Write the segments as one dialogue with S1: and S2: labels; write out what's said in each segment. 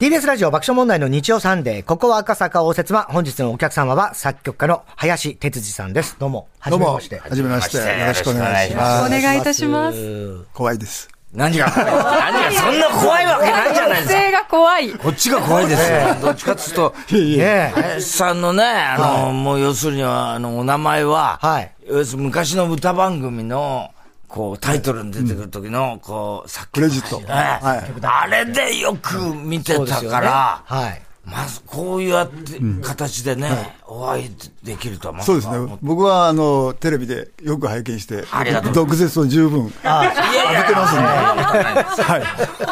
S1: TBS ラジオ爆笑問題の日曜サンデー、ここは赤坂応接間、本日のお客様は作曲家の林哲司さんです。どうも、は
S2: ど
S1: じ
S2: う
S1: め
S2: も、
S1: ま
S2: は
S1: して。
S2: じめまして。よろしくお願いし
S3: お
S2: ま
S3: 願いいたします。
S2: す。怖いです。
S4: 何が怖い何がそんな怖いわけないじゃないですか。
S3: 性が怖い。
S4: こっちが怖いですよ。どっちかっつうと、
S1: ねえ。
S4: 林さんのね、あの、もう要するには、あの、お名前は、
S1: はい
S4: 要するに昔の歌番組の、こう、タイトルに出てくる時の、こう、さっき
S2: クレジット。はい。
S4: あれでよく見て
S1: そうで
S4: た
S1: すよね
S4: から、
S1: はい。
S4: まずこういうやって形でね、お会いできるとはま
S2: そうですね。僕は、あの、テレビでよく拝見して
S4: ありがと、う
S2: 毒舌を十分。
S4: いやいや、当てますね。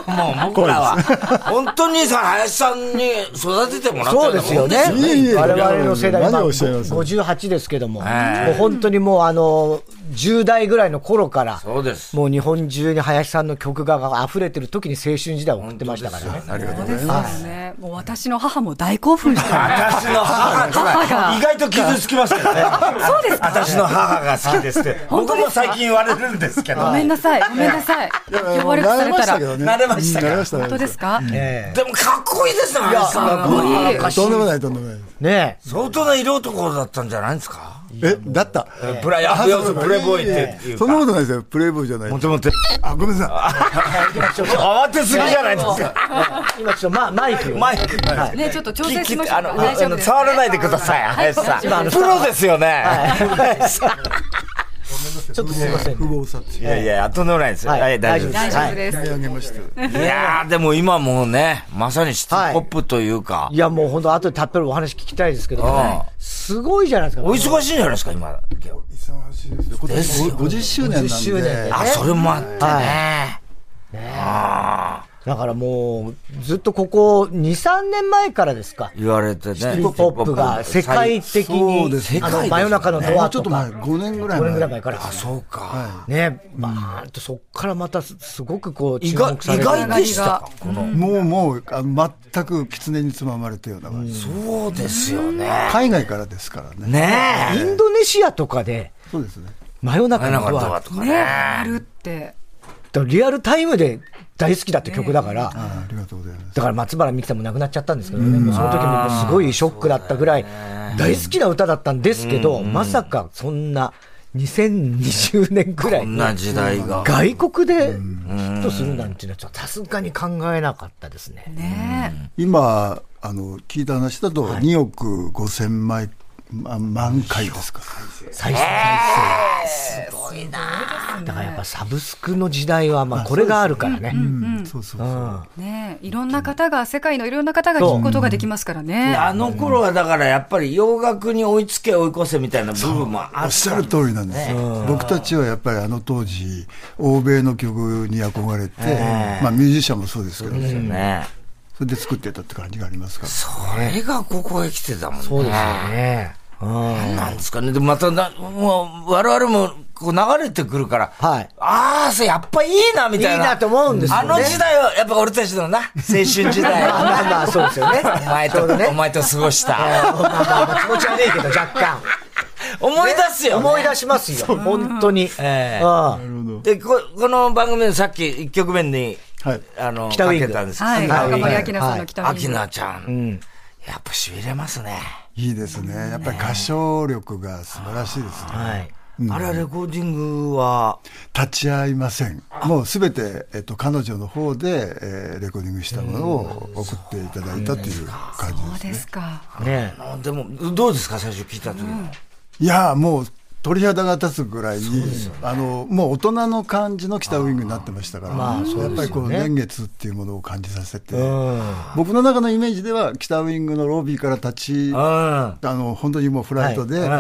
S4: もう僕らは、本当にさ、林さんに育ててもらった
S1: そ
S4: よ
S1: う
S4: う
S1: で
S4: な
S1: すよね
S4: もんですよ。
S2: いえいえ。
S1: 我々の世代、
S2: 何
S1: まあ
S2: をおっしゃいます
S1: 58ですけども、も
S4: ええ
S1: う本当にもうあの、10代ぐらいの頃から、
S4: そうです
S1: もう日本中に林さんの曲が溢れてる時に青春時代を送ってましたからね。
S2: ありがとうござい
S3: そう
S2: ま
S3: ですよね。もう私の母も大興奮して る。
S4: 私の母が、意外と傷つきますけどね。
S3: そうですか。
S4: 私の母が好きですって。僕も最近言われるんですけど。
S3: ごめんなさい。ごめんなさい。
S2: す。
S3: 呼ばれさ
S2: 慣れ
S3: れ
S2: ま
S3: た
S2: した
S3: ら。
S2: けど
S3: 本
S2: ね。
S4: 慣れましたか
S2: うん慣れました。慣れ
S3: 当
S2: ま
S3: で
S2: し
S3: すか
S1: え
S4: でもかっこいいですね、林さん。
S3: かっこいい
S2: たとんでもない、とんでもないです。
S1: え。ねえ。
S4: 相当な色男だったんじゃないんですか
S2: え、だった。
S4: プライア
S2: あ
S4: 要する
S2: そう
S4: にプレイボーイって
S2: いえい
S4: い
S2: え
S4: う
S2: そんな
S4: か。
S2: ことないですよ。プレイボーイじゃない。
S4: ともって。
S2: あ、ごめんなさ
S4: 慌てすぎじゃないですか。
S1: 今ちょっとママイクを。
S4: マイク。
S3: ね、ちょっと調
S4: き
S3: 整
S4: き
S3: しましょう。
S4: あの、ああの触らないでください、林さ
S3: はい
S4: ん。プロですよね。林さん
S1: ちょっとすいません。
S2: い。不合察し
S4: いやいや、後のないですよ。
S1: はい
S4: はい、大丈夫で
S3: 大
S4: す。
S3: 丈夫です。
S2: 上げました。
S4: いやー、でも今もうね、まさにシティポップというか
S1: い、や、もう本当後でたっぷりお話聞きたいですけど
S4: うん、
S1: すごいじゃないですか。
S4: お忙しいんじゃないですか、今。
S2: 忙しいですよ。今
S4: ですよ
S2: 年50周年なんで。
S1: 50周年で
S4: あ、それもあってね。
S1: だからもう、ずっとここ2、3年前からですか。
S4: 言われてね。
S1: シティポップが世界的
S2: そ
S1: に
S2: うです、ね
S1: あの、真夜中のド
S2: も
S1: ア
S2: うち
S1: と
S2: ょっと
S1: か
S2: 前、、5年ぐらい
S1: 5年ぐらい
S2: 前。
S1: 前から。
S4: あ、そうか。
S1: ね、バーンとそっからまたすすごくこう、
S4: 意
S1: 注
S4: 外、
S1: 目さ
S4: 意
S1: れて。
S4: 外でしたか、この。
S2: もうもう、あの全く狐につままれたような感じ。
S4: そうですよね。
S2: 海外からですからね。
S4: ね
S1: インドネシアとかで、
S2: そうですね。
S1: 真夜
S4: え。
S1: 中
S4: なん
S1: の
S4: か
S1: ド
S4: どう
S1: ア
S4: かとか
S3: ね、
S4: ね。
S3: あるって。
S1: リアルタイムで大好きだって曲だから、
S2: あありがとうございます。
S1: だから松原美樹さんも亡くなっちゃったんですけどね、もうその時もすごいショックだったぐらい、大好きな歌だったんですけど、まさかそんな2020年ぐらい
S4: こん
S1: に
S4: な時代が。
S1: 外国でヒットするなんていうのは、さすがに考えなかったですね。
S3: ね
S2: 今、あの、聞いた話だと、2億5千枚、ま万回ですか。
S1: 再生すごいなだからやっぱサブスクの時代は、まあこれがあるからね。
S2: うんそうそうそう。
S3: ねいろんな方が、世界のいろんな方が聞くことができますからね。
S4: あの頃はだからやっぱり洋楽に追いつけ追い越せみたいな部分もあ
S2: おっ
S4: っ
S2: しゃ
S4: た
S2: る通りなんですよ。僕たちはやっぱりあの当時、欧米の曲に憧れて、まあミュージシャンもそうですけど、
S4: ん
S2: そ
S4: ね。
S2: れで作ってたって感じがありますから。
S4: それがここへ来てたもんね。
S1: そうですよね。うん。
S4: なんですかね。でもまたな、もう、我々も、こう流れてくるから、
S1: はい
S4: ああ、それやっぱいいな、みたいな。
S1: いいなと思うんですよね
S4: あの時代は、やっぱ俺たちのな、青春時代。
S1: まあまあまあ、そうですよね。
S4: お前と、お前と過ごした。
S1: まあまあまあ気持ち悪いけど、若干。
S4: 思い出すよ、ね。
S1: 思い出しますよ。本当に。
S4: ええ
S1: うん
S4: でこ、この番組のさっき1曲目に、
S2: はい。
S4: あの、
S1: 北ウ
S4: か
S1: ィング
S4: けたんです
S3: はい。
S4: 北ウィング
S3: 中森明菜さんの北見
S4: 秋菜ちゃん。やっぱ痺れますね。
S2: いいですね。やっぱり歌唱力が素晴らしいですね。
S1: はい。
S4: あれはレコーディングは、
S2: 立ち会いません。もうすべて、えっと、彼女の方で、えーレコーディングしたものを送っていただいたという感じ
S3: そ
S2: で
S3: う
S2: す
S3: で
S2: ね。
S3: すか。
S1: ね
S4: あでも、どうですか、最初聞いた時、
S2: いやーもう鳥肌が立つぐらいに、あのもう大人の感じの北ウイングになってましたから、
S1: まあそうですよね
S2: やっぱりこう年月っていうものを感じさせて、
S1: ん
S2: 僕の中のイメージでは北ウイングのロビーから立ち、あ
S4: うん。
S2: の本当にもうフライトで、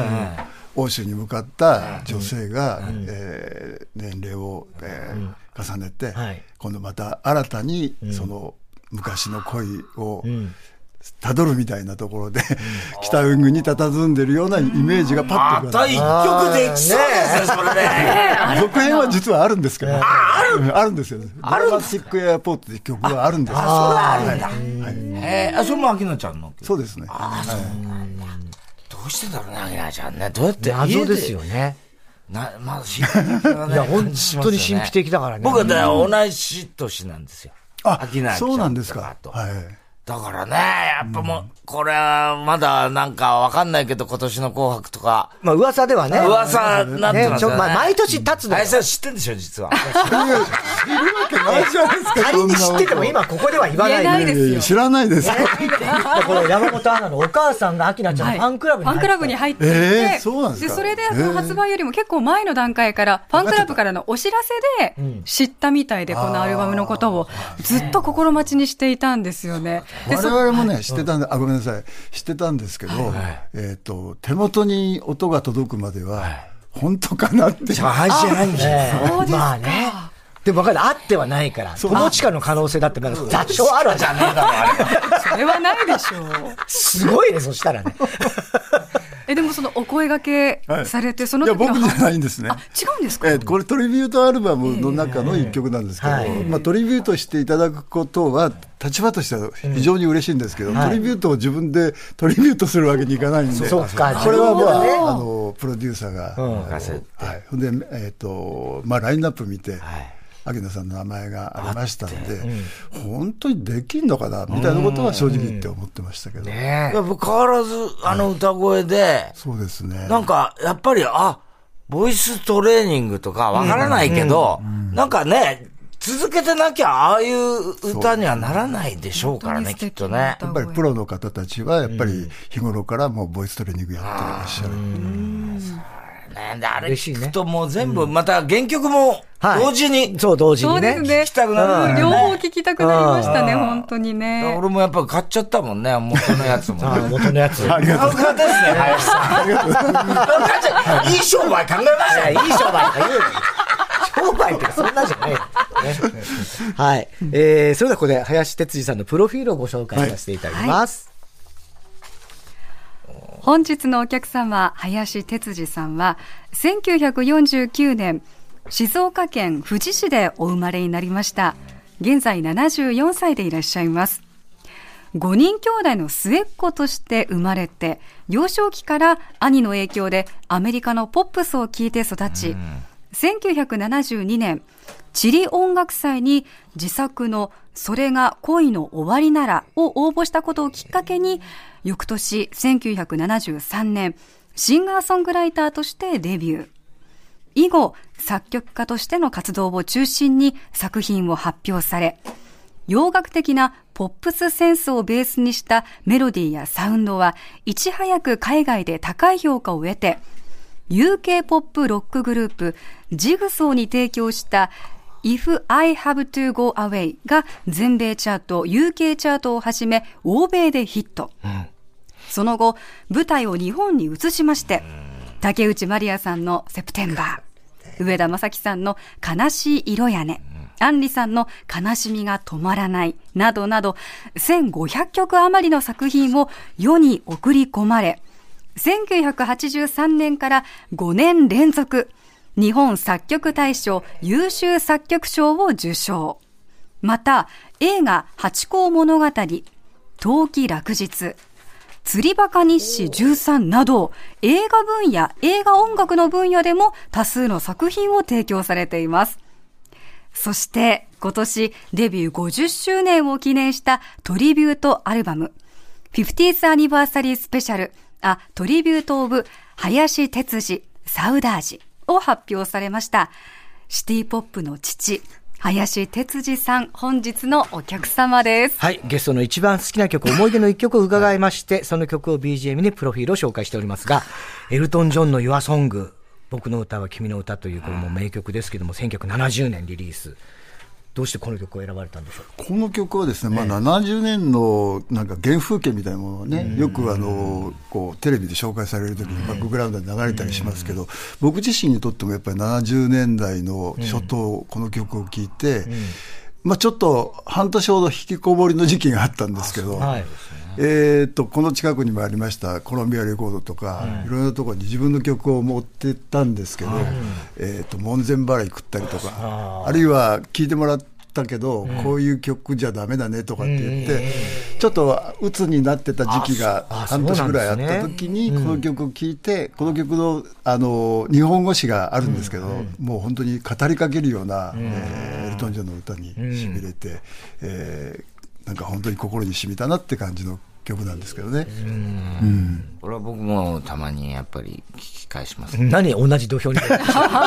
S2: 欧州に向かった女性が、えー年齢を、えー重ねて、
S1: はい
S2: 今度また新たにその昔の恋を、たどるみたいなところで、 北ウイングに佇んでるようなイメージがパッと浮かん
S4: ま
S2: で
S4: た一曲できそうですね、それね。
S2: 続編は実はあるんですけど、あるあるんですよね。ドラマティックエアポートって曲はあるんですよ
S4: あ、それあるんだ。えーあ、それも明菜ちゃんの曲
S2: そうですね。
S4: どうしてだろうね、明菜ちゃんね。どうやっ
S1: え。
S4: て
S1: 謎ですよ
S4: ね。
S1: ね。
S4: な、まだ神秘的なね
S1: いや、本
S4: 感じします
S1: 当
S4: よ
S1: に
S4: ね
S1: 神秘的だからね。
S4: 僕はだから同じ年なんですよ。
S2: あ
S4: 明菜ちゃんと
S2: そうなんですか
S4: と
S2: はい
S4: だからね、やっぱもう、これはまだなんかわかんないけど、今年の紅白とか。
S1: まあ噂ではね。
S4: 噂になって
S1: ね
S4: ま、す
S1: ちょ、
S4: よね。
S1: まあ、毎年立つのよ
S4: 林さん知ってんでしょ、実は。
S2: 知るわけないじゃないですか、
S1: 仮に知ってても
S2: い
S1: 今ここでは言わない
S3: 言えない
S2: や
S3: で
S1: で。
S2: いや知らないです。
S1: この山本アナのお母さんが明菜ちゃんの
S3: い
S1: ファンクラブに
S3: ファ
S1: 入
S3: ン
S1: って
S3: ク
S1: た
S3: ラブに入
S2: え
S3: っていて
S2: ーそうなんですか
S3: それでその発売よりも結構前の段階から、ファンクラブからのお知らせで知ったみたいで、このアルバムのことをずっと心待ちにしていたんですよね。で
S2: 我
S3: そ
S2: 々もね、知ってたんで、あ、ごめんなさい、知ってたんですけど、えっと、手元に音が届くまでは、本当かなって。
S4: じゃあ、配信配信。
S1: ええ
S3: そうですか
S1: まあね。でも分かる、あってはないから。友近の可能性だってまだ雑誌あるわじゃねえだろ、あれ
S3: それはないでしょ う。
S1: すごいね、そしたらね。
S3: え、でもそのお声掛けされて、その
S2: いや、
S3: 時の
S2: 僕じゃないんですね
S3: あ。、違うんですか
S2: えーこれトリビュートアルバムの中の一曲なんですけ
S1: え
S2: ど、
S1: えええはい
S2: まあ、トリビュートしていただくことは立場としては非常に嬉しいんですけど、
S1: はい
S2: トリビュートを自分でトリビュートするわけにいかないんで、
S1: そうか
S2: これはまあ,、
S1: なるほ
S2: あのプロデューサーが、
S1: ん
S2: あのはい、ほんで、えーとまあ、ラインナップ見て。明菜さんの名前がありましたんで、本当にできんのかなみたいなことは正直言って思ってましたけど、
S1: ね
S4: やっぱ変わらず、あの歌声で、
S2: そうですね。
S4: なんか、やっぱり、あ、ボイストレーニングとかわからないけど、なんかね、続けてなきゃ、ああいう歌にはならないでしょうからね、
S3: そう
S4: きっ
S3: です
S4: とね。
S2: やっぱりプロの方たちは、やっぱり日頃からもうボイストレーニングやってらっしゃる。
S4: ねで、あれ
S1: 嬉しい
S4: 聞
S1: ね
S4: くともう全部、また原曲も、
S1: はい
S4: 同時に。
S1: そう、同時
S3: そ
S1: に
S3: うです
S1: ね。
S3: ね。
S4: 聞きたくなるね
S3: 両方聞きたくなりましたね、
S4: うん
S3: 本当にね。
S4: 俺もやっぱ買っちゃったもんね、元のやつもね。
S1: あ あ元のやつ。
S2: ありがとうございます
S4: 買う方ですね、林さん。買っちゃういい商売考えまし た
S1: いやいい商売とか言うよ。商売ってそんなじゃないよ。ねはい。えー、それではここで林哲司さんのプロフィールをご紹介させていただきます。
S3: 本日のお客様、林哲司さんは、1949年、静岡県富士市でお生まれになりました。現在74歳でいらっしゃいます。5人兄弟の末っ子として生まれて、幼少期から兄の影響でアメリカのポップスを聴いて育ち、1972年、チリ音楽祭に自作のそれが恋の終わりならを応募したことをきっかけに、翌年1973年、シンガーソングライターとしてデビュー。以後、作曲家としての活動を中心に作品を発表され、洋楽的なポップスセンスをベースにしたメロディーやサウンドはいち早く海外で高い評価を得て、UK ポップロックグループジグソーに提供した If I Have to Go Away が全米チャート、UK チャートをはじめ欧米でヒット。その後、舞台を日本に移しまして、竹内まりやさんのセプテンバー、上田正樹さんの悲しい色やね、杏里さんの悲しみが止まらない、などなど、1500曲余りの作品を世に送り込まれ、1983年から5年連続、日本作曲大賞優秀作曲賞を受賞。また、映画八甲物語、陶器落日、釣りバカ日誌13など、映画分野、映画音楽の分野でも多数の作品を提供されています。そして、今年デビュー50周年を記念したトリビュートアルバム、50th Anniversary Special、あ、トリビュート・オブ、林哲司、サウダージを発表されました。シティポップの父、林哲司さん、本日のお客様です。
S1: はい。ゲストの一番好きな曲、思い出の一曲を伺いまして、その曲を BGM にプロフィールを紹介しておりますが、エルトン・ジョンの Your Song、僕の歌は君の歌という、これも名曲ですけども、1970年リリース。どうしてこの曲を選ばれたんでしょうか
S2: この曲はですね、まあ、70年のなんか原風景みたいなものをね、よくあのこうテレビで紹介されるときにバックグラウンドに流れたりしますけど、僕自身にとってもやっぱり70年代の初頭、この曲を聴いて、まあ、ちょっと半年ほど引きこもりの時期があったんですけど、
S1: はい。
S2: えー、とこの近くにもありましたコロンビアレコードとか、いろいろなところに自分の曲を持ってったんですけど、えー、と門前払い食ったりとかあるいは聴いてもらったけど、こういう曲じゃダメだねとかって言って、ちょっと鬱になってた時期が
S1: あそあ
S2: 半年ぐらいあっ
S1: そう
S2: た
S1: なんです
S2: 時にこの曲を聴いて、この曲のあの日本語詞があるんですけど、もう本当に語りかけるような、えーエルトン・ジョンの歌にしびれて、えーなんか本当に心に染みたなって感じの曲なんですけどね。
S4: これは僕もたまにやっぱり聞き返しますね。
S1: 何同じ土俵に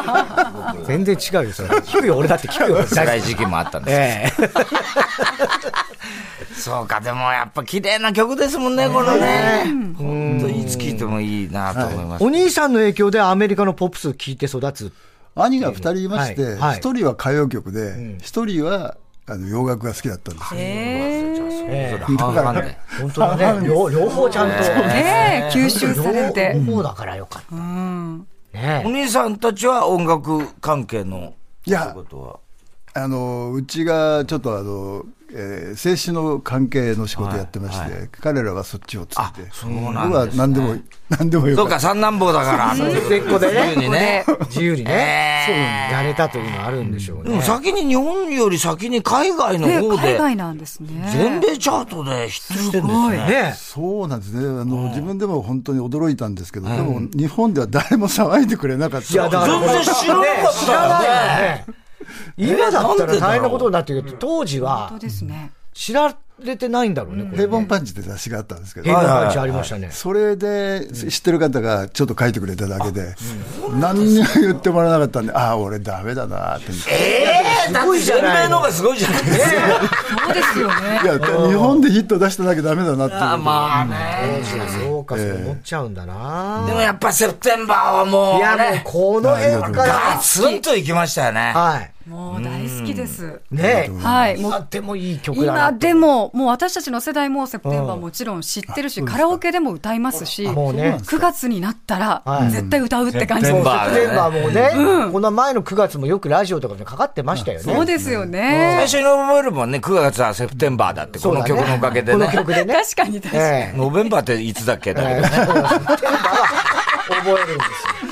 S1: 全然違うよそれ聞くよ俺だって聞く よ
S4: 辛い時期もあったんですよ
S1: ええ
S4: そうか、でもやっぱ綺麗な曲ですもんね、このね。本当にいつ聴いてもいいなと思います。
S1: お兄さんの影響でアメリカのポップス聞いて育つ
S2: 兄が二人いまして、
S1: はい
S2: 一、
S1: はい
S2: 人は歌謡曲で、一、人はあの洋楽が好きだったんですよ。
S4: じゃあ、それ
S1: え
S4: ぞれ半々で。
S1: 本当だね両両方ちゃんと、
S3: ねえ吸収されて
S1: 両方だからよかった、
S4: お
S1: ね
S4: 兄さんたちは音楽関係の
S2: いや
S4: お仕事は。
S2: あのうちがちょっとあの、えー、製紙の関係の仕事やってまして、彼らはそっちをついて
S4: あそうなんですね
S2: 僕は何でも何でもよか
S4: そう
S2: っ
S4: か、三男坊だから。
S1: 末っ子でね
S4: 自由にね。
S1: え自由にね、
S4: え
S1: そういうのやれたというのはあるんでしょう
S4: で
S1: ね
S4: も先に日本より先に海外の
S3: ね
S4: 方
S3: 海
S4: で、
S3: 外なんですね。
S4: 全米チャートでヒットしてるんですね。
S1: ね
S2: たそうなんですねあの、自分でも本当に驚いたんですけど、でも日本では誰も騒いでくれなかった
S1: いやだからこれ
S4: 全然知らなかったよね
S1: 知らないよね今だったら大変なことになってるけど当時
S3: 本
S1: は
S3: 当ですね。
S1: 知られてないんだろうねこれ
S2: 平凡パンチって雑誌があったんですけど、
S1: 平凡パンチありましたね
S2: それで知ってる方がちょっと書いてくれただけで、何にも言ってもらわなかったんで、ああ、俺、だめだなって。
S4: えー、だって全米の方がすごいじゃないですか。
S3: そうですよね。
S2: いや、日本でヒット出してなきゃだめだなっていう。
S4: まあね。
S1: そうかそう思っちゃうんだな
S4: でもやっぱセプテンバーはもう、
S1: い
S4: ね、
S1: やもうこの辺か
S4: ガ
S1: ら
S4: ツンといきましたよね。
S1: はい
S3: もう大好きです。
S1: ねえ
S3: はい。もう
S1: 今でもいい曲だな
S3: 今でも、もう私たちの世代もセプテンバーもちろん知ってるし、カラオケでも歌いますし、
S1: もうね
S3: 9月になった
S1: は
S3: ら
S1: い、
S3: 絶対歌うって感じ
S4: セプテ
S1: セ
S4: ンバ
S1: プテンバーもね、この前の9月もよくラジオとかでかかってましたよね。
S3: そうですよ
S4: 最
S3: ね。
S4: 初に覚えるもんね、9月はセプテンバーだって、こ
S1: そう
S4: の
S1: だね
S4: 曲のおかげで
S1: こ
S4: ね
S1: の。曲 でね。
S3: 確かに確か
S1: ええ
S4: ノベンバーっていつだっけだけど
S1: ええそうセプテンバーは覚えるんで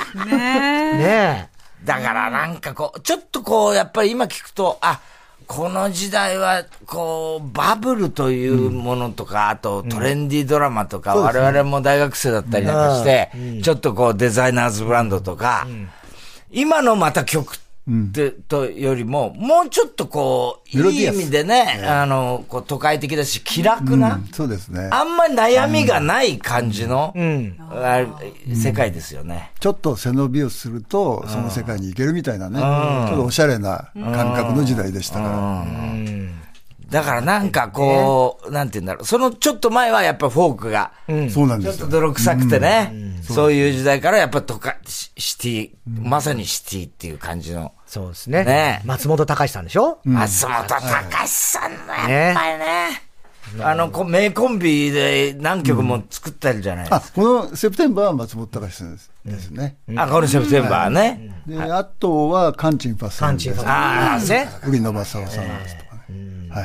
S1: す
S3: にね
S1: よ。。ね
S4: だからなんかこう、ちょっとこう、やっぱり今聞くと、あ、この時代は、こう、バブルというものとか、あとトレンディードラマとか、我々も大学生だったりなんかして、ちょっとこう、デザイナーズブランドとか、今のまた曲って、とよりも、もうちょっとこう、い
S2: メロデ
S4: い
S2: ィ
S4: 意
S2: アス
S4: 味でね、あの、こう、都会的だし、気楽な、
S2: そうですね。
S4: あんまり悩みがない感じの、
S1: ん
S4: あ世界ですよね。
S2: ちょっと背伸びをすると、その世界に行けるみたいなね、ちょっとおしゃれな感覚の時代でしたから。
S4: だからなんかこう、なんて言うんだろう、そのちょっと前はやっぱフォークが、
S2: そうなん
S4: ち
S2: で
S4: ょっ
S2: す
S4: と
S2: よ。
S4: 泥臭くてね、そういう時代からやっぱとかシシティ、まさにシティっていう感じの、
S1: えそうですね。
S4: ねえ
S1: 松本隆さんでしょ
S4: 松本隆さんのやっぱりね、あのこう名コンビで何曲も作ってるじゃないで
S2: あ、
S4: すか。
S2: このセプテンバーは松本隆さんですですね。
S4: あ、このセプテンバーね。
S2: で、あとはカンチンパスさんです。
S1: カンチンパ
S4: ああ、ね。
S2: 売野正夫さんですとかね。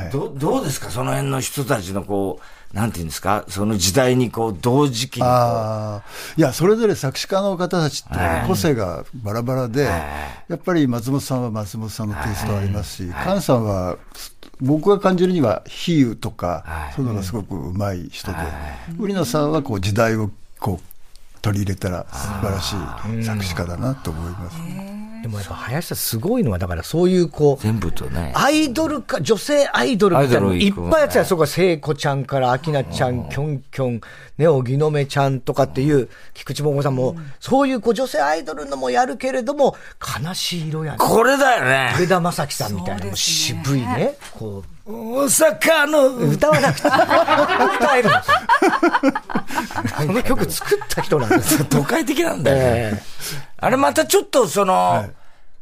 S2: はい。
S4: どどうですかその辺の人たちのこう、なんていうんですかその時代にこう、同時期にこう
S2: ああ、いや、それぞれ作詞家の方たちって個性がバラバラで、やっぱり松本さんは松本さんのテイストありますし、菅さんは、僕が感じるには比喩とか、そういうのがすごくうまい人で、売野さんはこう時代をこう取り入れたら素晴らしい作詞家だなと思います。
S1: でもやっぱ林さんすごいのは、だからそういうこう、
S4: 全部とね。
S1: アイドルか、女性アイドルみたいなの
S4: アイドル
S1: い
S4: い
S1: っ
S4: っぱい
S1: ぱいやつや、そこは聖子ちゃんから、明菜ちゃん、きょんきょん、ね、荻野目ちゃんとかっていう、菊池桃子さんも、そういうこう女性アイドルのもやるけれども、悲しい色やね。
S4: これだよね。
S1: 上田正樹さんみたいな、
S3: そうですね
S1: 渋いね、こ
S4: 大阪
S1: う、
S4: の、
S1: 歌わなくて、歌えるんですよ。その曲作った人なんですよ。
S4: 都会的なんだよ、ね
S1: ええ
S4: あれまたちょっとその、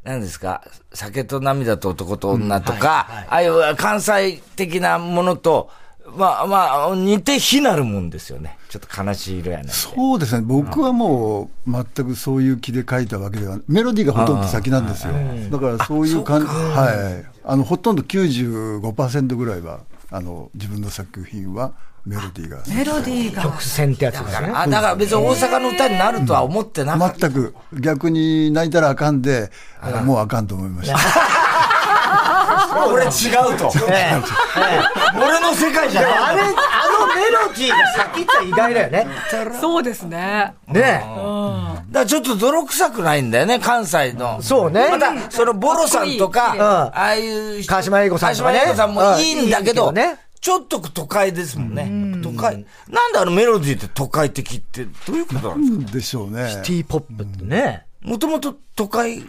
S4: 何ですか、酒と涙と男と女とか、ああいう関西的なものと、まあまあ、似て非なるもんですよね。ちょっと悲しい色やね。
S2: そうですね、僕はもう全くそういう気で書いたわけではメロディーがほとんど先なんですよ、だからそういう感じ、はい、あのほとんど95%ぐらいはあの自分の作品はメロディーが
S3: メロディーが
S1: 曲。線ってやつですね。
S4: あ、だから別に大阪の歌になるとは思ってなかった。
S2: 全く逆に泣いたらあかんで、あもうあかんと思いました。
S4: 俺違うと。俺の世界じゃない。
S1: あれ、あのメロディーが先って意外だよね。
S3: そうですね。
S1: ね
S4: だからちょっと泥臭くないんだよね、関西の。
S1: そうね
S4: また、そのボロさんと
S3: かっこ
S1: う
S3: いい
S1: ん
S4: か、ああいう人
S1: 川島英語さんとかね
S4: 川島英語さんもいいんだけど、
S1: うんいいけどね
S4: ちょっと都会ですもんね。都会。なんであのメロディーって都会的ってどういうことなんですか
S2: でしょうね。
S1: ティーポップってね。
S4: もともと都会、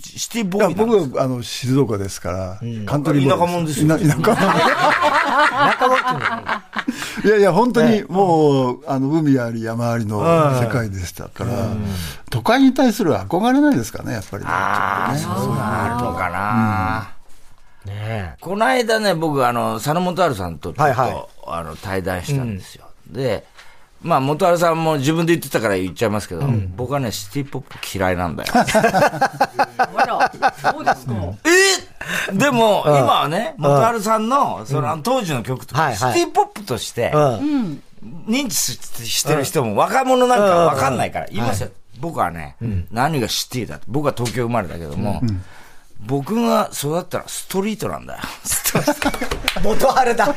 S4: シティボ
S2: いや
S4: ーイなんですか
S2: 僕はあの静岡ですから、カントリーボーイ
S4: 田舎もんですよ
S2: な田舎者いやいや、本当にもう、あの海あり山ありの世界でしたから、都会に対する憧れないですかね、やっぱりね。
S4: ああ、そうなるのかな。
S1: ね
S4: この間ね、僕、あの、佐野元春さんとちょっと、
S1: はいはい
S4: あの、対談したんですよ。で、まあ、元春さんも自分で言ってたから言っちゃいますけど、僕はね、シティポップ嫌いなんだよ。えーでも、今はね、元春さんの、その、当時の曲とか、
S1: はいはい
S4: シティポップとして、
S1: うん。
S4: 認知ししてる人も若者なんかわかんないから、言いますよ。僕はね、何がシティだって、僕は東京生まれだけども、僕が育ったらストリートなんだよ。
S1: 元春 だ。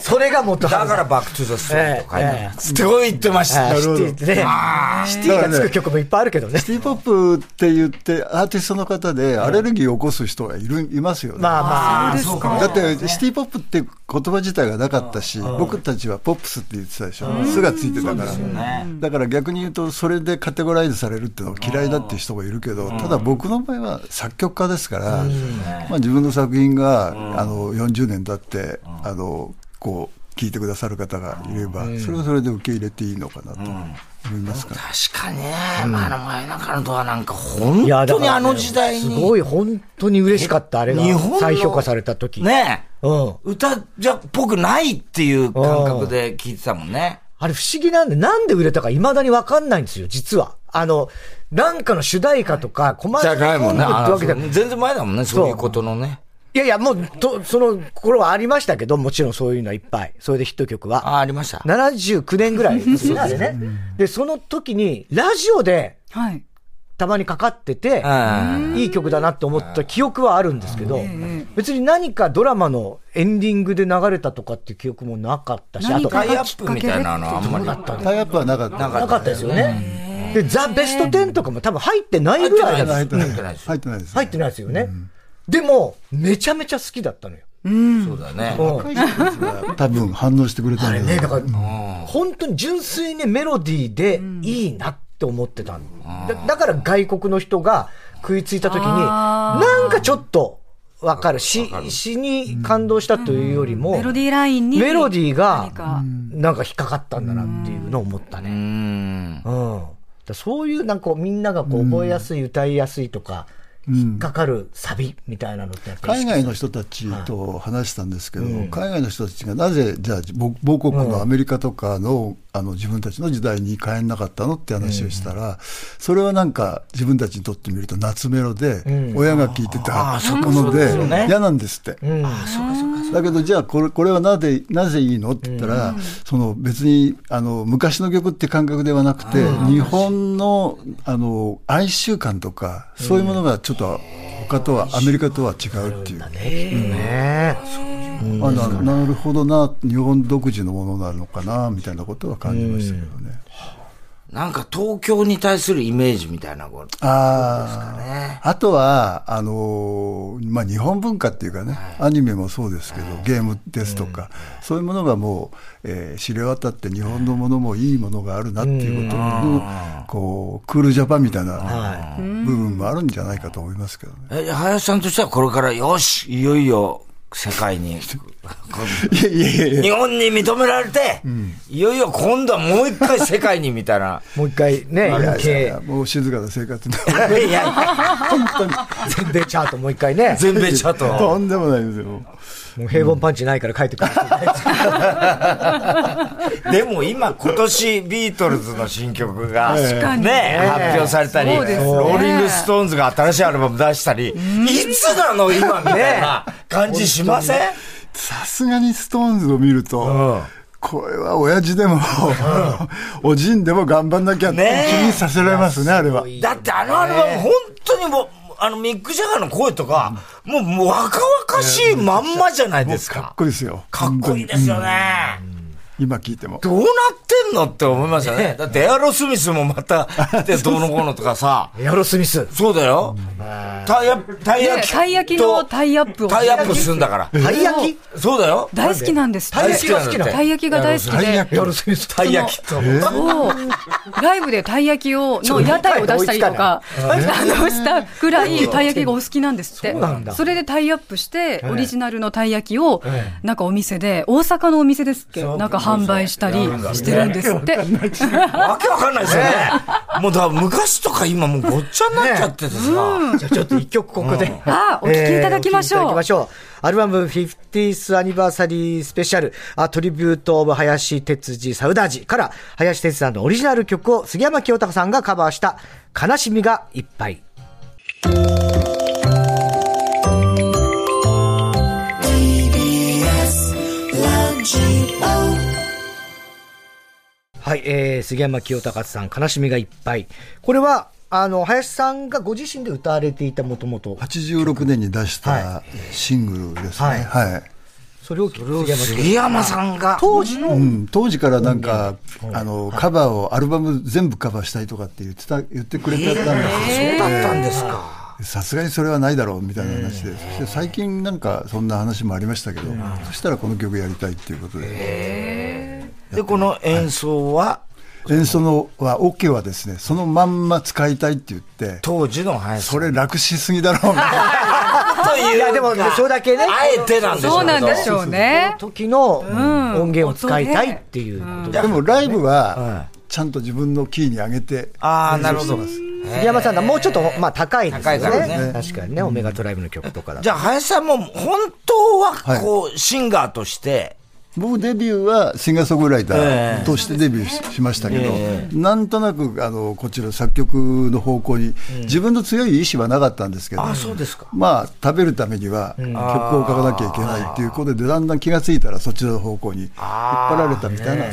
S1: それが元
S4: だ
S1: 春
S4: か
S1: だ。
S4: らバックトゥザストリートかい
S1: えええ
S4: な。すごい言ってまし
S1: あー
S4: たよ。
S1: シティってね。シティがつく曲もいっぱいあるけどね。
S2: シティポップって言って、アーティストの方でアレルギーを起こす人がいる、いますよね。
S1: まあまあ。
S4: そうか
S2: だって、シティポップって言葉自体がなかったし、僕たちはポップスって言ってたでしょ。巣がついてたから。だから逆に言うと、それでカテゴライズされるっていうのは嫌いだっていう人もいるけど、ただ僕の場合は作曲家ですから、まあ自分の作品が、あの、40年経って、あの、こう、聞いてくださる方がいれば、それはそれで受け入れていいのかなと思いますから。
S4: 確かにね、あの前中のドアなんか本
S1: いやだ
S4: 当
S1: か
S4: に
S1: ら
S4: あの時代
S1: す
S4: に。
S1: ごい、本当に嬉しかった、あれが
S4: 日本。の
S1: 再評価された時。。
S4: ねえ。
S1: うん。
S4: 歌じゃっぽくないっていう感覚で聞いてたもんね。
S1: あれ不思議なんで、なんで売れたか未だにわかんないんですよ、実は。あの、なんかの主題歌とか、コマーシャルソングって
S4: あの
S1: わけじゃない。
S4: 全然前だもんね、そういうことのね。
S1: いやいや、もう、と、その頃はありましたけど、もちろんそういうのはいっぱい。それでヒット曲は。
S4: あ、ありました。
S1: 79年ぐらいですよね、あれ ね。で、その時に、ラジオで
S3: はい。
S1: たまにかかってて、
S4: うん。
S1: いい曲だなって思った記憶はあるんですけど、別に何かドラマのエンディングで流れたとかっていう記憶もなかったし、あ
S3: 何
S1: と、
S3: か
S4: タイア
S3: がきっ
S4: ップ
S3: か
S4: み
S3: け
S4: た
S3: で
S4: いなのあんまり。
S2: タイアップはなかった。
S1: なかったですよね。で、ザ・ベスト10とかも多分入ってないぐらいだ
S4: 入
S2: 入
S4: っ
S2: ってて
S4: な
S2: ないい
S4: で
S2: です。
S4: す
S2: 入ってないです。
S1: 入ってないですよね。でも、めちゃめちゃ好きだったのよ。
S4: そうだね。
S1: うん
S2: 多分反応してくれたん
S1: あ
S2: だ
S1: れ
S2: よ
S1: ね、だから、本当に純粋にメロディーでいいなって思ってたのだだから外国の人が食いついた時に、なんかちょっとわかるし、詩に感動したというよりも、
S3: メロディーラインに。
S1: メロディー
S3: 何
S1: が、
S3: か。
S1: なんか引っかかったんだなっていうのを思った
S4: う
S1: ね。
S4: ん。
S1: うん。だからそういう、なんかこうみんながこう覚えやすい、歌いやすいとか、引っかかるサビみたいなのってやっぱり
S2: 海外の人たちと話したんですけど、海外の人たちがなぜ、じゃあ、ぼ母国のアメリカとかの,、あの自分たちの時代に帰んなかったのって話をしたら、それはなんか、自分たちにとってみると、夏メロで、親が聞いてたもので、嫌なんですって。だけど、じゃあこれ、これはなぜ、なぜいいのって言ったら、その別にあの昔の曲って感覚ではなくて、日本のあの哀愁感とか、そういうものがちょっと他とは、アメリカとは違うっていう。
S1: ね。
S2: あななるほどな、日本独自のものなのかなみたいなことは感じましたけどね。
S4: なんか東京に対するイメージみたいなこと。
S2: あああとは、あのーまあ、日本文化っていうかね、アニメもそうですけど、ゲームですとか、そういうものがもう、えー知れ渡って、日本のものもいいものがあるなっていうことの、こう、クールジャパンみたいな部分もあるんじゃないかと思いますけどね。
S4: え、林さんとしてはこれから、よし、いよいよ世界に、
S2: いやいやいやいや
S4: 日本に認められて、いよいよ今度はもう一回世界にみたいな。
S1: もう一回ね、
S2: いやいやい
S1: UK
S2: や、もう静かな生活に
S4: いや、
S1: 全米チャートもう一回ね。
S4: 全米チャー ト。
S2: とんでもないですよ。
S1: もう平凡パンチないから帰ってくる。
S4: でも今、今年ビートルズの新曲が、
S3: かに
S4: ね、発表されたり、
S3: そうですね
S4: ローリングストーンズが新しいアルバム出したり、いつなの今みたいな感じしません
S2: さすがにストーンズを見ると、これは親父でも、おじんでも頑張んなきゃって
S4: ねえ
S2: 気にさせられますね、あれは。
S4: だってあのアルバム、本当にもう、あのミック・ジャガーの声とか、もうもう若々しいまんまじゃないです
S2: かっ
S4: か。
S2: こいいですよ。
S4: かっこいいですよね。
S2: 今聞いても。
S4: どうなってんのって思いますよね。だってエアロスミスもまた来てどうのこうのとかさ。
S1: エアロスミス。
S4: そうだよ。タイヤ、タイヤ
S3: ねたい焼きのタイアップを
S4: タイアップするんだから。
S1: たい焼き
S4: そうだよ。
S3: 大好きなんですって
S4: 大好きなんだって
S3: たい焼きが大好き
S2: たい
S3: で
S2: 焼き
S1: エアロスミス。
S4: たい焼きと。
S3: そうライブでたい焼きをの屋台を出したりとかあのしたぐらいたい焼きがお好きなんですって
S1: そうなんだ
S3: れでタイアップしてオリジナルのたい焼きをなんかお店で大阪のお店ですっけなんか販売したりしてるんですって
S4: わけわかんないですよね。もうだ、昔とか今もうごっちゃになっちゃっててさ。
S1: じゃあちょっと一曲ここで。
S3: あお聴きいただきましょう
S1: えーお聴きいただきましょう。アルバム 50th アニバーサリースペシャル、アトリビュートオブ林哲司サウダージから、林哲司さんのオリジナル曲を杉山清隆さんがカバーした、悲しみがいっぱい。はい、えー、杉山清隆さん、悲しみがいっぱい。これは、あの、林さんがご自身で歌われていたもともと、
S2: 86年に出したシングルですね。
S1: はい
S2: はい
S1: それを杉山清隆さん
S4: 杉山さんが。
S1: 当時の、
S2: うん、当時からなんか、あの、カバーを、アルバム全部カバーしたいとかって言ってた、言ってくれてたんです
S4: そうだったんですか。
S2: さすがにそれはないだろうみたいな話で、そして最近なんかそんな話もありましたけど、そしたらこの曲やりたいっていうことで、
S4: で、この演奏は、
S2: 演奏のは、オケはですね、そのまんま使いたいって言って、
S4: 当時の林さ
S2: それ楽しすぎだろうみたいな。
S4: ん。というか
S1: いやでもそれだけね
S4: あえてなんでしょう
S3: そうなんでし
S4: う。
S3: ょうね
S1: 時の音源を使いたいっていうことで
S2: でもライブは、ちゃんと自分のキーに上げて、
S4: ああ、なるほど。
S1: 杉山さんがもうちょっと、まあ、高いですよね
S4: 高いからね
S1: 確かにね、オメガトライブの曲とかだと
S4: じゃあ、林さんも本当は、こう、シンガーとして、
S2: 僕デビューはシンガーソングライターとしてデビューし,、ましたけど、なんとなくあのこちら作曲の方向に自分の強い意志はなかったんですけど、
S4: あそうですか
S2: まあ食べるためには曲を書かなきゃいけないっていうことでだんだん気がついたらそちらの方向に引っ張られたみたいな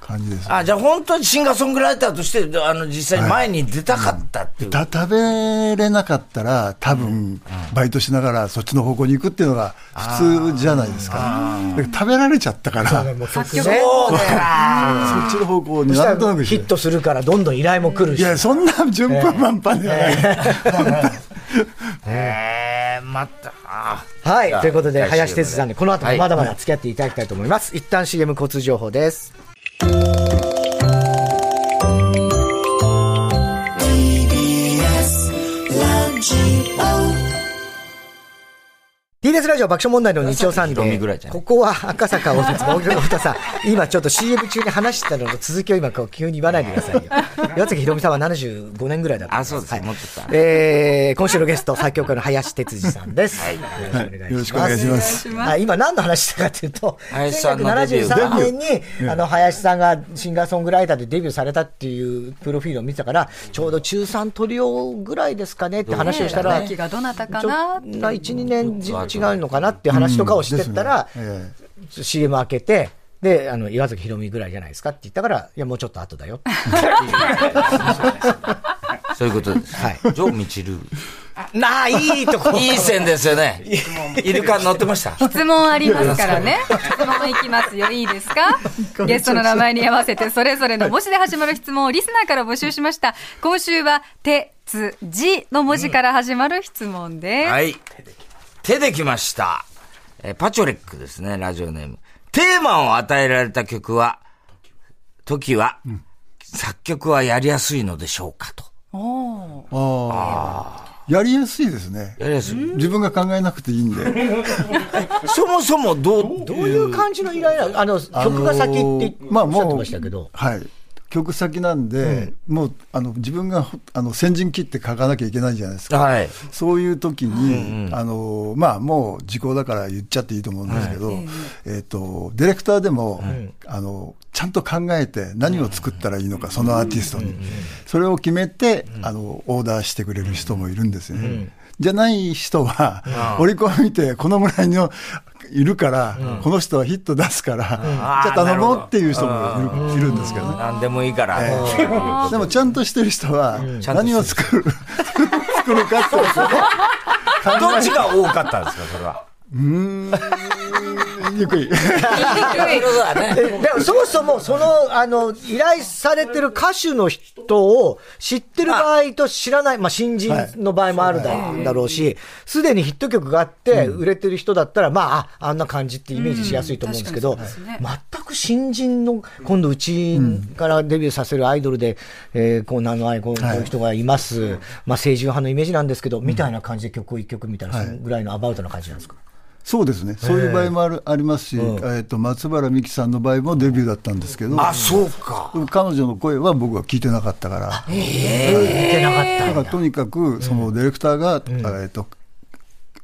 S2: 感じです。
S4: あじゃあ本当にシンガーソングライターとして、あの、実際に前に出たかったっていう。
S2: だ食べれなかったら、多分バイトしながらそっちの方向に行くっていうのが普通じゃないですか、だから食べられちゃったから、そっ
S1: 作
S3: 曲
S1: ね
S4: そうだよ
S2: ちの方向
S1: そ
S2: に
S1: した
S2: なんとな
S1: ら
S2: く
S1: ヒットするからどんどん依頼も来る
S2: い
S1: し
S2: や、そんな順風満帆ではない。
S4: ええまた。あ
S1: はい
S4: じゃあ
S1: ということで
S4: 来週
S1: 林哲司さんでこの後
S4: は
S1: も
S4: い
S1: まだまだ付き合っていただきたいと思います、一旦 CM 交通情報ですー TBS ラジオ爆笑問題の日曜サンデ
S4: さっきの瞳ぐらい
S1: ー
S4: じゃない
S1: ここは赤坂大鉄の大黒太さん。今ちょっと CM 中に話してたのの続きを今こう急に言わないでくだ さいよ。岩崎宏美さんは75年ぐらいだったん
S4: あそうです
S1: はい
S4: もっとさ
S1: えー今週のゲスト、作曲家の林哲司さんです。
S2: よろしくお願いします。
S1: はい、今何の話したかというと、
S4: 林さんのデビュー
S1: 1973年に、あの、林さんがシンガーソングライターでデビューされたっていうプロフィールを見てたから、ちょうど中3トリオぐらいですかねって話をしたら、
S3: ねえ
S1: ちょ
S3: がどなたか
S1: ちょ
S3: な
S1: 1、2年じ違うのかなっていう話とかをしてったら、
S2: うんですね
S1: ちょ CM 開けて、で、あの、岩崎宏美ぐらいじゃないですかって言ったから、いや、もうちょっと後だよって。
S4: あそういうことです。
S1: はい
S4: ジョー・ミチル。なあ、いいとこ。いい線ですよね。イルカ乗ってました。
S3: 質問ありますからね。質問いきますよ。いいですかゲストの名前に合わせて、それぞれの文字で始まる質問をリスナーから募集しました。今週は、て、つ、じの文字から始まる質問です。
S4: はい。手できました。えーパチョレックですね、ラジオネーム。テーマを与えられた曲は、時は、作曲はやりやすいのでしょうかと。
S3: おー
S2: やりやすいですね。
S4: やりやすい。
S2: 自分が考えなくていいんで。
S4: そもそもどう、
S1: どういう感じの依頼なのあの、曲が先っておっしゃって
S2: まあもう
S1: ましたけど。
S2: はい。曲先なんで、もう、あの、自分がほ、あの、先陣切って書かなきゃいけないじゃないですか。
S4: はい。
S2: そういう時に、あの、まあ、もう時効だから言っちゃっていいと思うんですけど、えっと、ディレクターでも、あの、ちゃんと考えて何を作ったらいいのか、そのアーティストに。それを決めて、あの、オーダーしてくれる人もいるんですよね。じゃない人は、オリコン見て、このぐらいの、いるから、この人はヒット出すから、じゃあ頼もうっていう人もいるいるんですけどね。
S4: 何でもいいから。
S2: でもちゃんとしてる人は、
S4: ちゃんとしてる
S2: 何を作 る、作るかっていうのを考えて
S4: どっちが多かったんですか、それは。
S2: ゆっくり。
S4: そういうことだね。
S1: でもそもそも、その、あの、依頼されてる歌手の人を知ってる場合と知らない、まあ、新人の場合もあるだ,、ろうし、すでにヒット曲があって、売れてる人だったら、まあ、あ、あんな感じってイメージしやすいと思うんですけど、
S3: うん確かにそうです
S1: 全く新人の、今度うちからデビューさせるアイドルで、えー、こう、名の愛、こうこういう人がいます、まあ、清純派のイメージなんですけど、みたいな感じで曲を一曲みたいな、そのぐらいのアバウトな感じなんですか。
S2: そうですね。そういう場合もあるありますし、えーっと、松原美樹さんの場合もデビューだったんですけど、
S4: あ、そうか。
S2: 彼女の声は僕は聞いてなかったから、
S1: 言ってなかった
S2: だからとにかく、そのディレクターが、えーっと、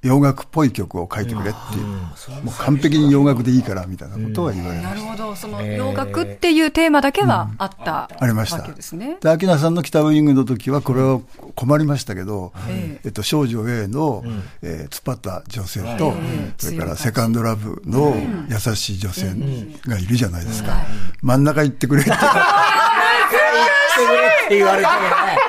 S2: 洋楽っぽい曲を書いてくれっていう、もう完璧に洋楽でいいからみたいなことは言われました
S3: なるほど、その洋楽っていうテーマだけはあった、
S2: ありました。
S3: わけですね。
S2: で、アキナさんの北ウイングの時は、これは困りましたけど、
S3: え
S2: えっと、少女 A の、えー突っ張った女性と、それからセカンドラブの優しい女性がいるじゃないですか。真ん中行ってく れって。
S4: って言われてもね。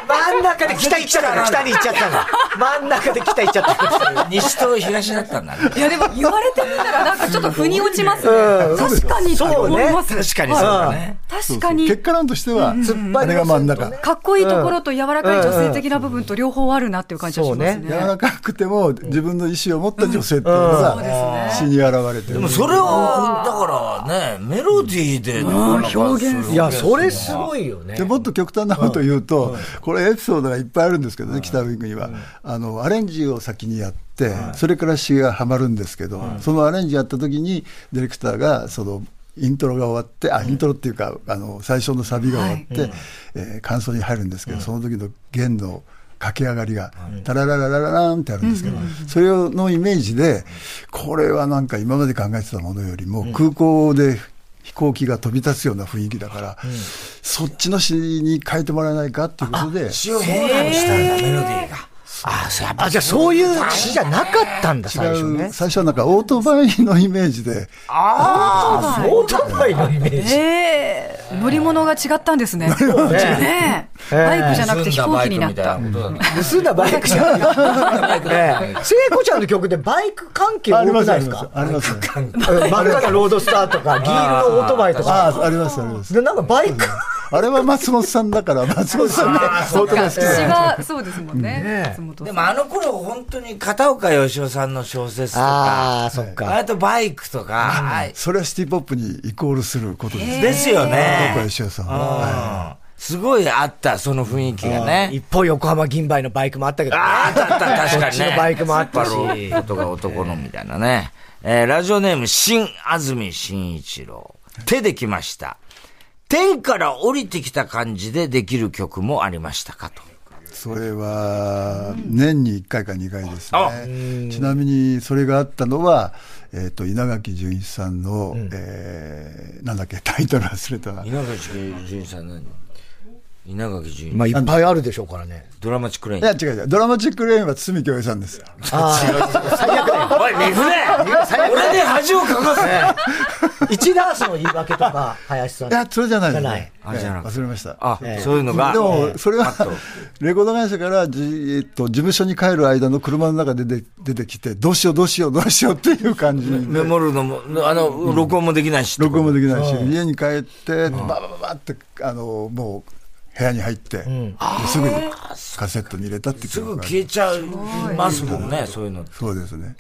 S1: 真ん中で北行っちゃったの北に行っちゃったの真ん中で北行っちゃったの
S4: 西と東だったんだね。
S3: いやでも言われてみたらなんかちょっと腑に落ちますね。確かにと思います。
S4: 確かにそうだね。
S3: 確かに
S2: 結果論としては、あれが真ん中。
S3: かっこいいところと柔らかい女性的な部分と両方あるなっていう感じがします
S1: そうね
S3: ね。
S2: 柔らかくても、自分の意思を持った女性っていうのが、死に現れてる。
S4: でもそれを、だからね、メロディーで、表現
S1: いや、それすごいよね
S2: で。もっと極端なことを言うと、これエピソードがいっぱいあるんですけどね、北ウィングには、あのアレンジを先にやって、それから詩がはまるんですけど、そのアレンジやった時にディレクターがそのイントロが終わってあイントロっていうか、あの最初のサビが終わって、えー感想に入るんですけど、その時の弦の駆け上がりが、タララララララーンってあるんですけど、それのイメージで、これはなんか今まで考えてたものよりも、空港で飛行機が飛び立つような雰囲気だから、そっちの詩に変えてもらえないかっていうことで、
S4: 詩を変換したんだ、メロディーが。あ、そうやっぱ
S1: あ、じゃあそういう詩じゃなかったんだ、最初
S2: 違
S1: ね
S2: う、。最初はなんかオートバイのイメージで、
S1: あ、オートバイのイメージ。
S3: ええ乗り物が違ったんです ね。ねえバイクじゃなくて飛行機になった。
S1: 盗んだバイクじゃん。ねえ聖子ちゃんの曲でバイク関係
S2: あ
S1: 多
S2: りま
S1: く
S2: す、
S1: な
S2: あ
S1: いで
S2: り
S1: す
S2: ます
S1: か、
S2: あります、あ
S1: うん真っ赤なロードスターとか、銀色のオートバイとか。
S2: あります、あります。
S1: でなんかバイク。
S2: あれは松本さんだから、松本さんがオートバイ好き
S3: 私 はそうですもんね。松本
S4: で
S3: さん
S4: もあの頃本当に片岡義雄さんの小説とか、
S1: あ、そっ
S4: あ。とバイクとか、はい
S2: それはシティポップにイコールすることですね。
S4: ですよ
S2: 高岡
S4: ね。
S2: 義雄さん
S4: う
S2: は。
S4: んすごいあった、その雰囲気がね。
S1: 一方、横浜銀杯のバイクもあったけどね。
S4: ああったあった、確かに
S1: こっ
S4: ね。
S1: ちのバイクもあったし
S4: スーパーロードが男のみたいなね。えーラジオネーム、新安住新一郎。手できました。天から降りてきた感じでできる曲もありましたかと。
S2: それは、年に1回か2回です
S4: あ
S2: ね。ちなみに、それがあったのは、えっ、と、稲垣潤一さんの、えーなんだっけ、タイトル忘れたな。
S4: 稲垣潤一さん何稲垣潤一、
S1: まあ、いっぱいあるでしょうからね。
S4: ドラマチックレイン
S2: いや、。違う違う。ドラマチックレインは堤京平さんです。
S4: おい、めぐれ俺で恥をかかせ
S1: 一ダースの言い訳とか、林さん
S2: い。や、それじゃないです
S1: じゃない
S2: ね。
S4: あじゃなく
S2: 忘れました。
S4: あ、そういうのが。
S2: でも、それは
S4: あと、
S2: レコード会社からじ、えっと、事務所に帰る間の車の中で出て出てきて、どうしよう、どうしよう、どうしようっていう感じで
S4: メモるのも、あの、録音もできないし。
S2: 録音もできないし、家に帰って、ばばばばって、あの、もう、部屋に入って、ですぐにカセットに入れたっていう
S4: すぐ
S2: が
S4: 消えちゃいますもんね、そういうの。
S2: そうですね。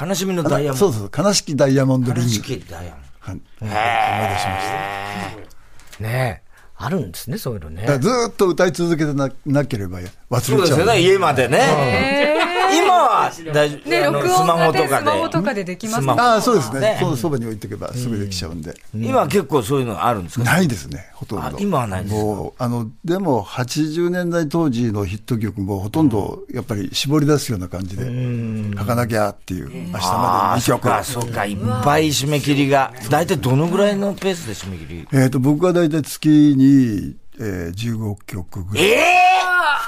S4: 悲しみの
S2: あ
S4: ダイヤモン
S2: そ
S4: ド
S2: う。そう、悲しきダイヤモンドリン
S4: 悲
S2: グ。
S4: しきダイヤモンド。
S2: はい
S1: ねえ。あるんですね、そういうのね
S2: だか。らずーっと歌い続けてななければ忘
S4: そう
S2: れ
S4: で
S2: ち
S4: す
S2: ゃ
S4: よ
S2: う。
S4: ね、家までね。今は大丈夫。
S3: ね
S4: あの
S3: 録音がね
S4: ス
S3: スマ
S4: マホと
S3: ホと
S4: かで。
S3: かでできます
S4: ス
S3: ね
S4: マホ
S2: ああ、そうです
S4: ね
S2: ね。そうそばに置いておけばすぐできちゃうんで。
S4: 今は結構そういうのあるんですか
S2: ないですね、ほとん
S4: あ
S2: ど。
S4: 今はないですか
S2: もうあのでも、80年代当時のヒット曲も、ほとんどやっぱり絞り出すような感じで、書かなきゃっていう、明日まで
S4: ああ、
S2: 2
S4: そう
S2: 曲。
S4: か、そうか、いっぱい締め切りが。大体どのぐらいのペースで締め切り
S2: えっ、と、僕は大体月に、えー、15曲ぐらい。
S4: え
S2: い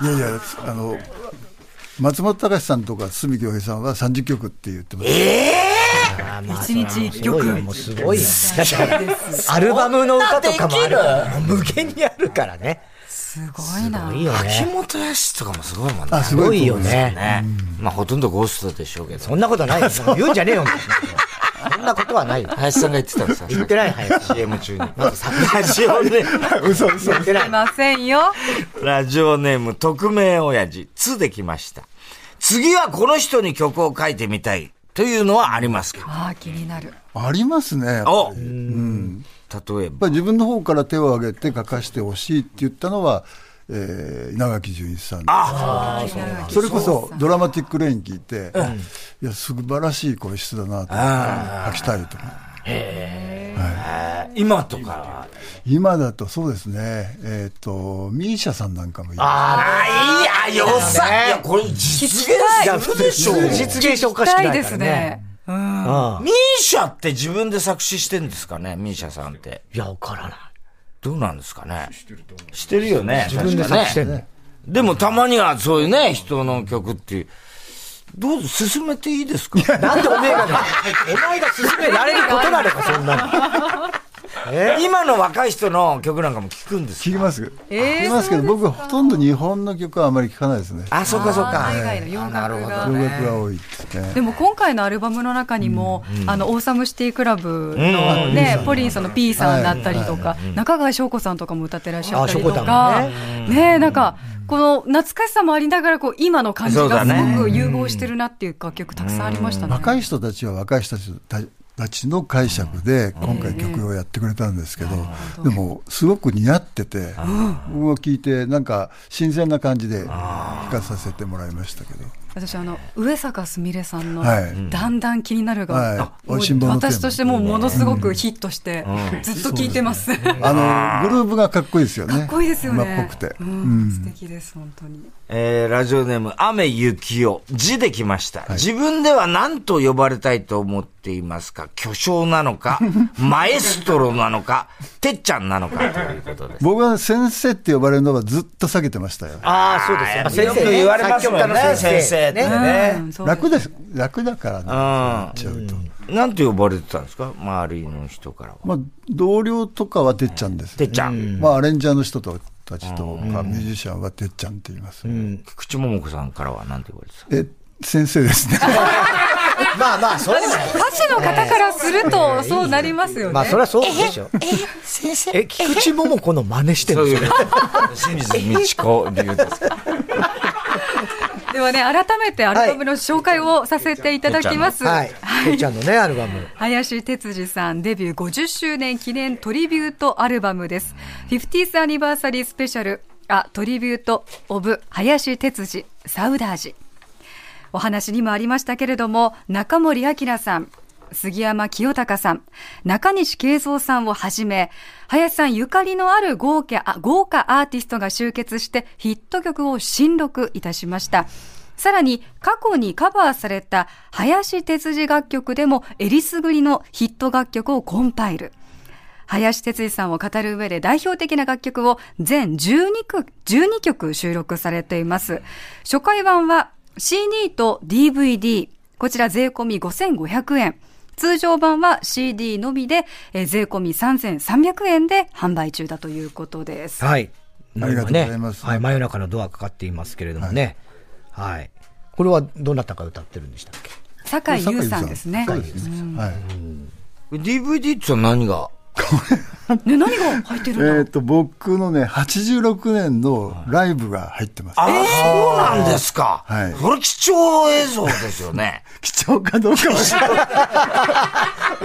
S2: やいや、あの、松本隆さんとか角恭平さんは30曲って言ってます。
S3: 一日一
S1: すごいよ
S3: 曲。
S1: もうすごいよだってアルバムの歌とかもあるからもう無限にあるからね
S4: ぇ
S3: すごいな。
S1: いいよ
S4: 秋
S1: ね。
S4: 元康とかもすごいもんね。
S2: あ
S1: す
S2: す
S1: ご
S2: ご
S1: い
S2: い
S1: よ
S2: と思いま
S1: ね。
S2: す
S4: ね。まあ、ほとんどゴーストでしょうけど。
S1: そんなことないよ。言うんじゃねえよ、みたいなそんなことはないよ。
S4: 林さんが言ってたんですよ。
S1: 言ってない、早く。
S4: CM 中に。まずさラジオネー ム、嘘嘘。
S1: 言ってない
S3: い。ませんよ。
S4: ラジオネーム、匿名親父、つできました。次はこの人に曲を書いてみたいというのはありますか
S3: ああ、気になる。
S2: ありますね。やっぱ
S4: お例え
S2: やっぱ
S4: ば。
S2: り自分の方から手を挙げて書かしてほしいって言ったのは、えー稲垣潤一さんそれこそドラマティック・レイン聞いて、いや素晴らしい声質だなと思って書きたいと
S4: 今とかは。
S2: 今だとそうですねえっ、とミーシャさんなんかもいい
S4: あ、いいや、よさ。いや、これ実現するでしょう。ミ
S1: 実現しておかしく
S3: たい
S1: ない
S3: で
S1: から
S3: す
S1: ね
S3: ね。。
S1: うん。
S4: ーシャって自分で作詞してんですかねミーシャさんって。
S1: いや、わからない。
S4: どうなんですかねしてるよね。自
S1: 自分で作詞してんの。
S4: でもたまにはそういうね、人の曲っていう。どうぞ進めていいですか
S1: なんでおめえがだよお前が勧められることなのか、そんなの。
S4: 今の若い人の曲なんかも聞くんです
S2: 聞きます、
S3: えー
S2: 聞きますけど僕はほとんど日本の曲はあまり聞かないですね
S4: あ、そうかそうか。
S3: 海外の洋楽が
S4: あなるほど。
S2: 洋楽が多いですね
S3: でも今回のアルバムの中にも、あの、オーサムシティクラブのね、ポリンさんの P さんだったりとか、中川翔子さんとかも歌ってらっしゃったりと
S1: あ
S3: か、ね、なんか、この懐かしさもありながら、こう、今の感じ
S4: そうだ
S3: がす
S4: ね
S3: ごく融合してるなっていう楽曲たくさんありましたね。
S2: 若い人たちは若い人たちたたちの解釈で今回曲をやってくれたんですけど、でもすごく似合ってて、僕を聞いてなんか新鮮な感じで聴かさせてもらいましたけど、
S3: 私あの上坂すみれさんの
S2: はい
S3: 「だんだん気になるが」
S2: はい
S3: あ
S2: 美味しんぼのテーマ
S3: 私としてもうものすごくヒットして、ずっと聴いてます。
S2: あのグルーブがかっこいいですよね
S3: かっこいいですよね。
S2: 馬っぽくて、
S3: うん、素敵です本当に。
S4: えー、ラジオネーム、雨雪よ。字できました。自分では何と呼ばれたいと思っていますか巨匠な のかマエストロなのかてっちゃんなのかということです。
S2: 僕は先生って呼ばれるのはずっと避けてましたよ
S1: ああ、そうです。やっぱ
S4: よく言われますもんね、先生って
S3: う
S4: ね。
S3: んそう
S2: 楽です楽だから
S4: う
S2: なっ
S4: ん。
S2: ちゃうと、
S4: なんて呼ばれてたんですか周りの人からは。
S2: まあ、同僚とかはてっちゃんです
S4: てっちゃん。
S2: まあ、アレンジャーの人とたちとかミュージシャンはてっちゃんって言います、
S4: 菊池桃子さんからは何て呼ばれて
S2: え
S4: た
S2: 先生ですね
S1: まあまあ、そうだよ
S3: 歌手の方からするとそうなりますよね。
S1: まあ、そりゃそうでしょ。
S4: 先生
S1: え、菊池桃子の真似してる
S4: そ
S1: ん
S4: う
S1: です
S4: い
S1: よ
S4: う。清水美智子流ですか
S3: ではね改めてアルバムの紹介をさせていただきます。
S1: はい。てっちゃんのね、アルバム。
S3: 林哲司さんデビュー50周年記念トリビュートアルバムです。50th アニバーサリースペシャル、あ、トリビュート・オブ・林哲司、サウダージ。お話にもありましたけれども、中森明菜さん、杉山清隆さん、中西慶三さんをはじめ、林さんゆかりのある豪華あ豪華アーティストが集結してヒット曲を新録いたしました。さらに過去にカバーされた林哲司楽曲でもえりすぐりのヒット楽曲をコンパイル。林哲司さんを語る上で代表的な楽曲を全12曲 ,12 曲収録されています。初回版は CD と DVD、こちら税込み5500円。通常版は CD のみで、えー税込み3300円で販売中だということです。
S1: はい。
S2: ありがとうございます
S1: 今ねはい。真夜中のドアかかっていますけれどもね。はい。これはどなたか歌ってるんでしたっけ
S3: 酒井優さんですね。
S2: そうですね。はい。
S4: DVD って何が
S3: ね何が入ってる
S2: え
S3: んだろう
S2: っ、と、僕のね、86年のライブが入ってます。
S4: あ、そうなんですか。
S2: はい
S4: それ貴重映像ですよね。
S2: 貴重かどうかは知ら ない。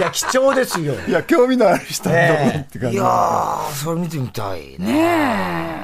S1: いや、貴重ですよ。
S2: いや、興味のある人はどうかって感
S4: い
S2: じ。
S4: やー、それ見てみたいね。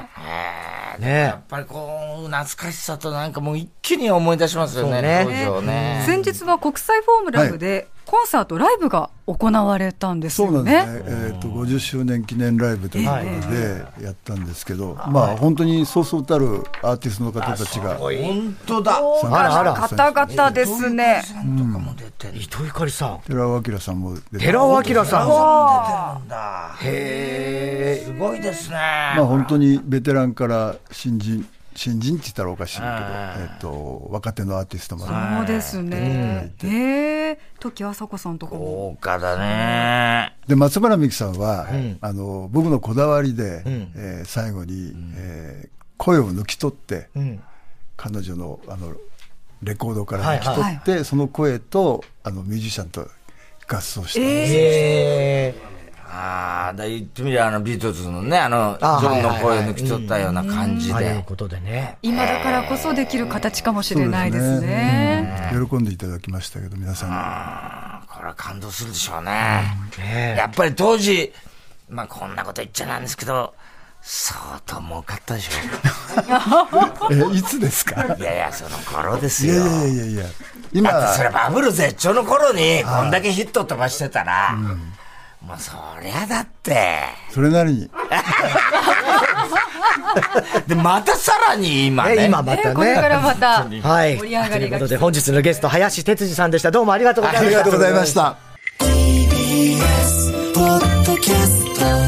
S1: ね
S4: やっぱりこう、懐かしさとなんかもう一気に思い出しますよね、
S1: そうね
S4: 当時をね。
S3: 先日は国際フォームライブでコンサート、ライブが行われたんです
S2: そ
S3: よ
S2: うなん
S3: ね。
S2: ですね。えっ、と、50周年記念ライブということでやったんですけど、まあ、本当にそうそうたるアーティストの方たちが、
S4: 本当だ。
S3: そうな方々ですね。
S4: さんとかも出てる
S1: 伊藤ゆかりさん。
S2: 寺尾明さんも出て、
S1: 寺尾明さん。
S4: んだ。へえ。すごいですね。
S2: まあ、本当にベテランから新人、新人って言ったらおかしいけど、えっ、と、若手のアーティストまで。
S3: そうですね。ええ時あさこさんとかも。
S4: 豪華だね。
S2: で松原美樹さんは、あの僕のこだわりで、えー最後に、えー声を抜き取って、
S1: ん
S2: 彼女のあのレコードから抜き取って、その声とあのミュージシャンと合奏して、
S1: え
S4: ああ、だ言ってみりゃ、あの、ビートルズのね、あの、ジ
S1: あー
S4: ョンの
S1: はいはい
S4: 声
S1: はい
S4: 抜き取ったような感じ
S1: ー、あれの
S4: で。
S1: ことでね。
S3: 今だからこそできる形かもしれないです
S2: そうです
S3: ね。
S2: 喜んでいただきましたけど皆さんに
S4: これは感動するでしょうね。
S1: ね
S4: やっぱり当時、まあ、こんなこと言っちゃなんですけど、相当儲かったでし
S2: えいつで すか
S4: ょ。いやいや、その頃です
S2: い
S4: よ。
S2: やいやいやいや今
S4: だってそれバブル絶頂の頃に、こんだけヒット飛ばしてたら、もうそりゃだって。
S2: それなりに
S4: で、またさらに今
S1: え
S4: ね。
S1: 今また
S3: ねこれ
S1: ね
S3: か。らまた盛
S1: はい。と
S3: り上が
S1: い
S3: り
S1: うこと
S3: が来そ
S1: で、
S3: う
S1: 本日のゲスト、林哲司さんでした。どうもありがとうござい
S2: あ
S1: ま
S2: り
S1: した
S2: がとうございました
S5: TBS ポッドキャスト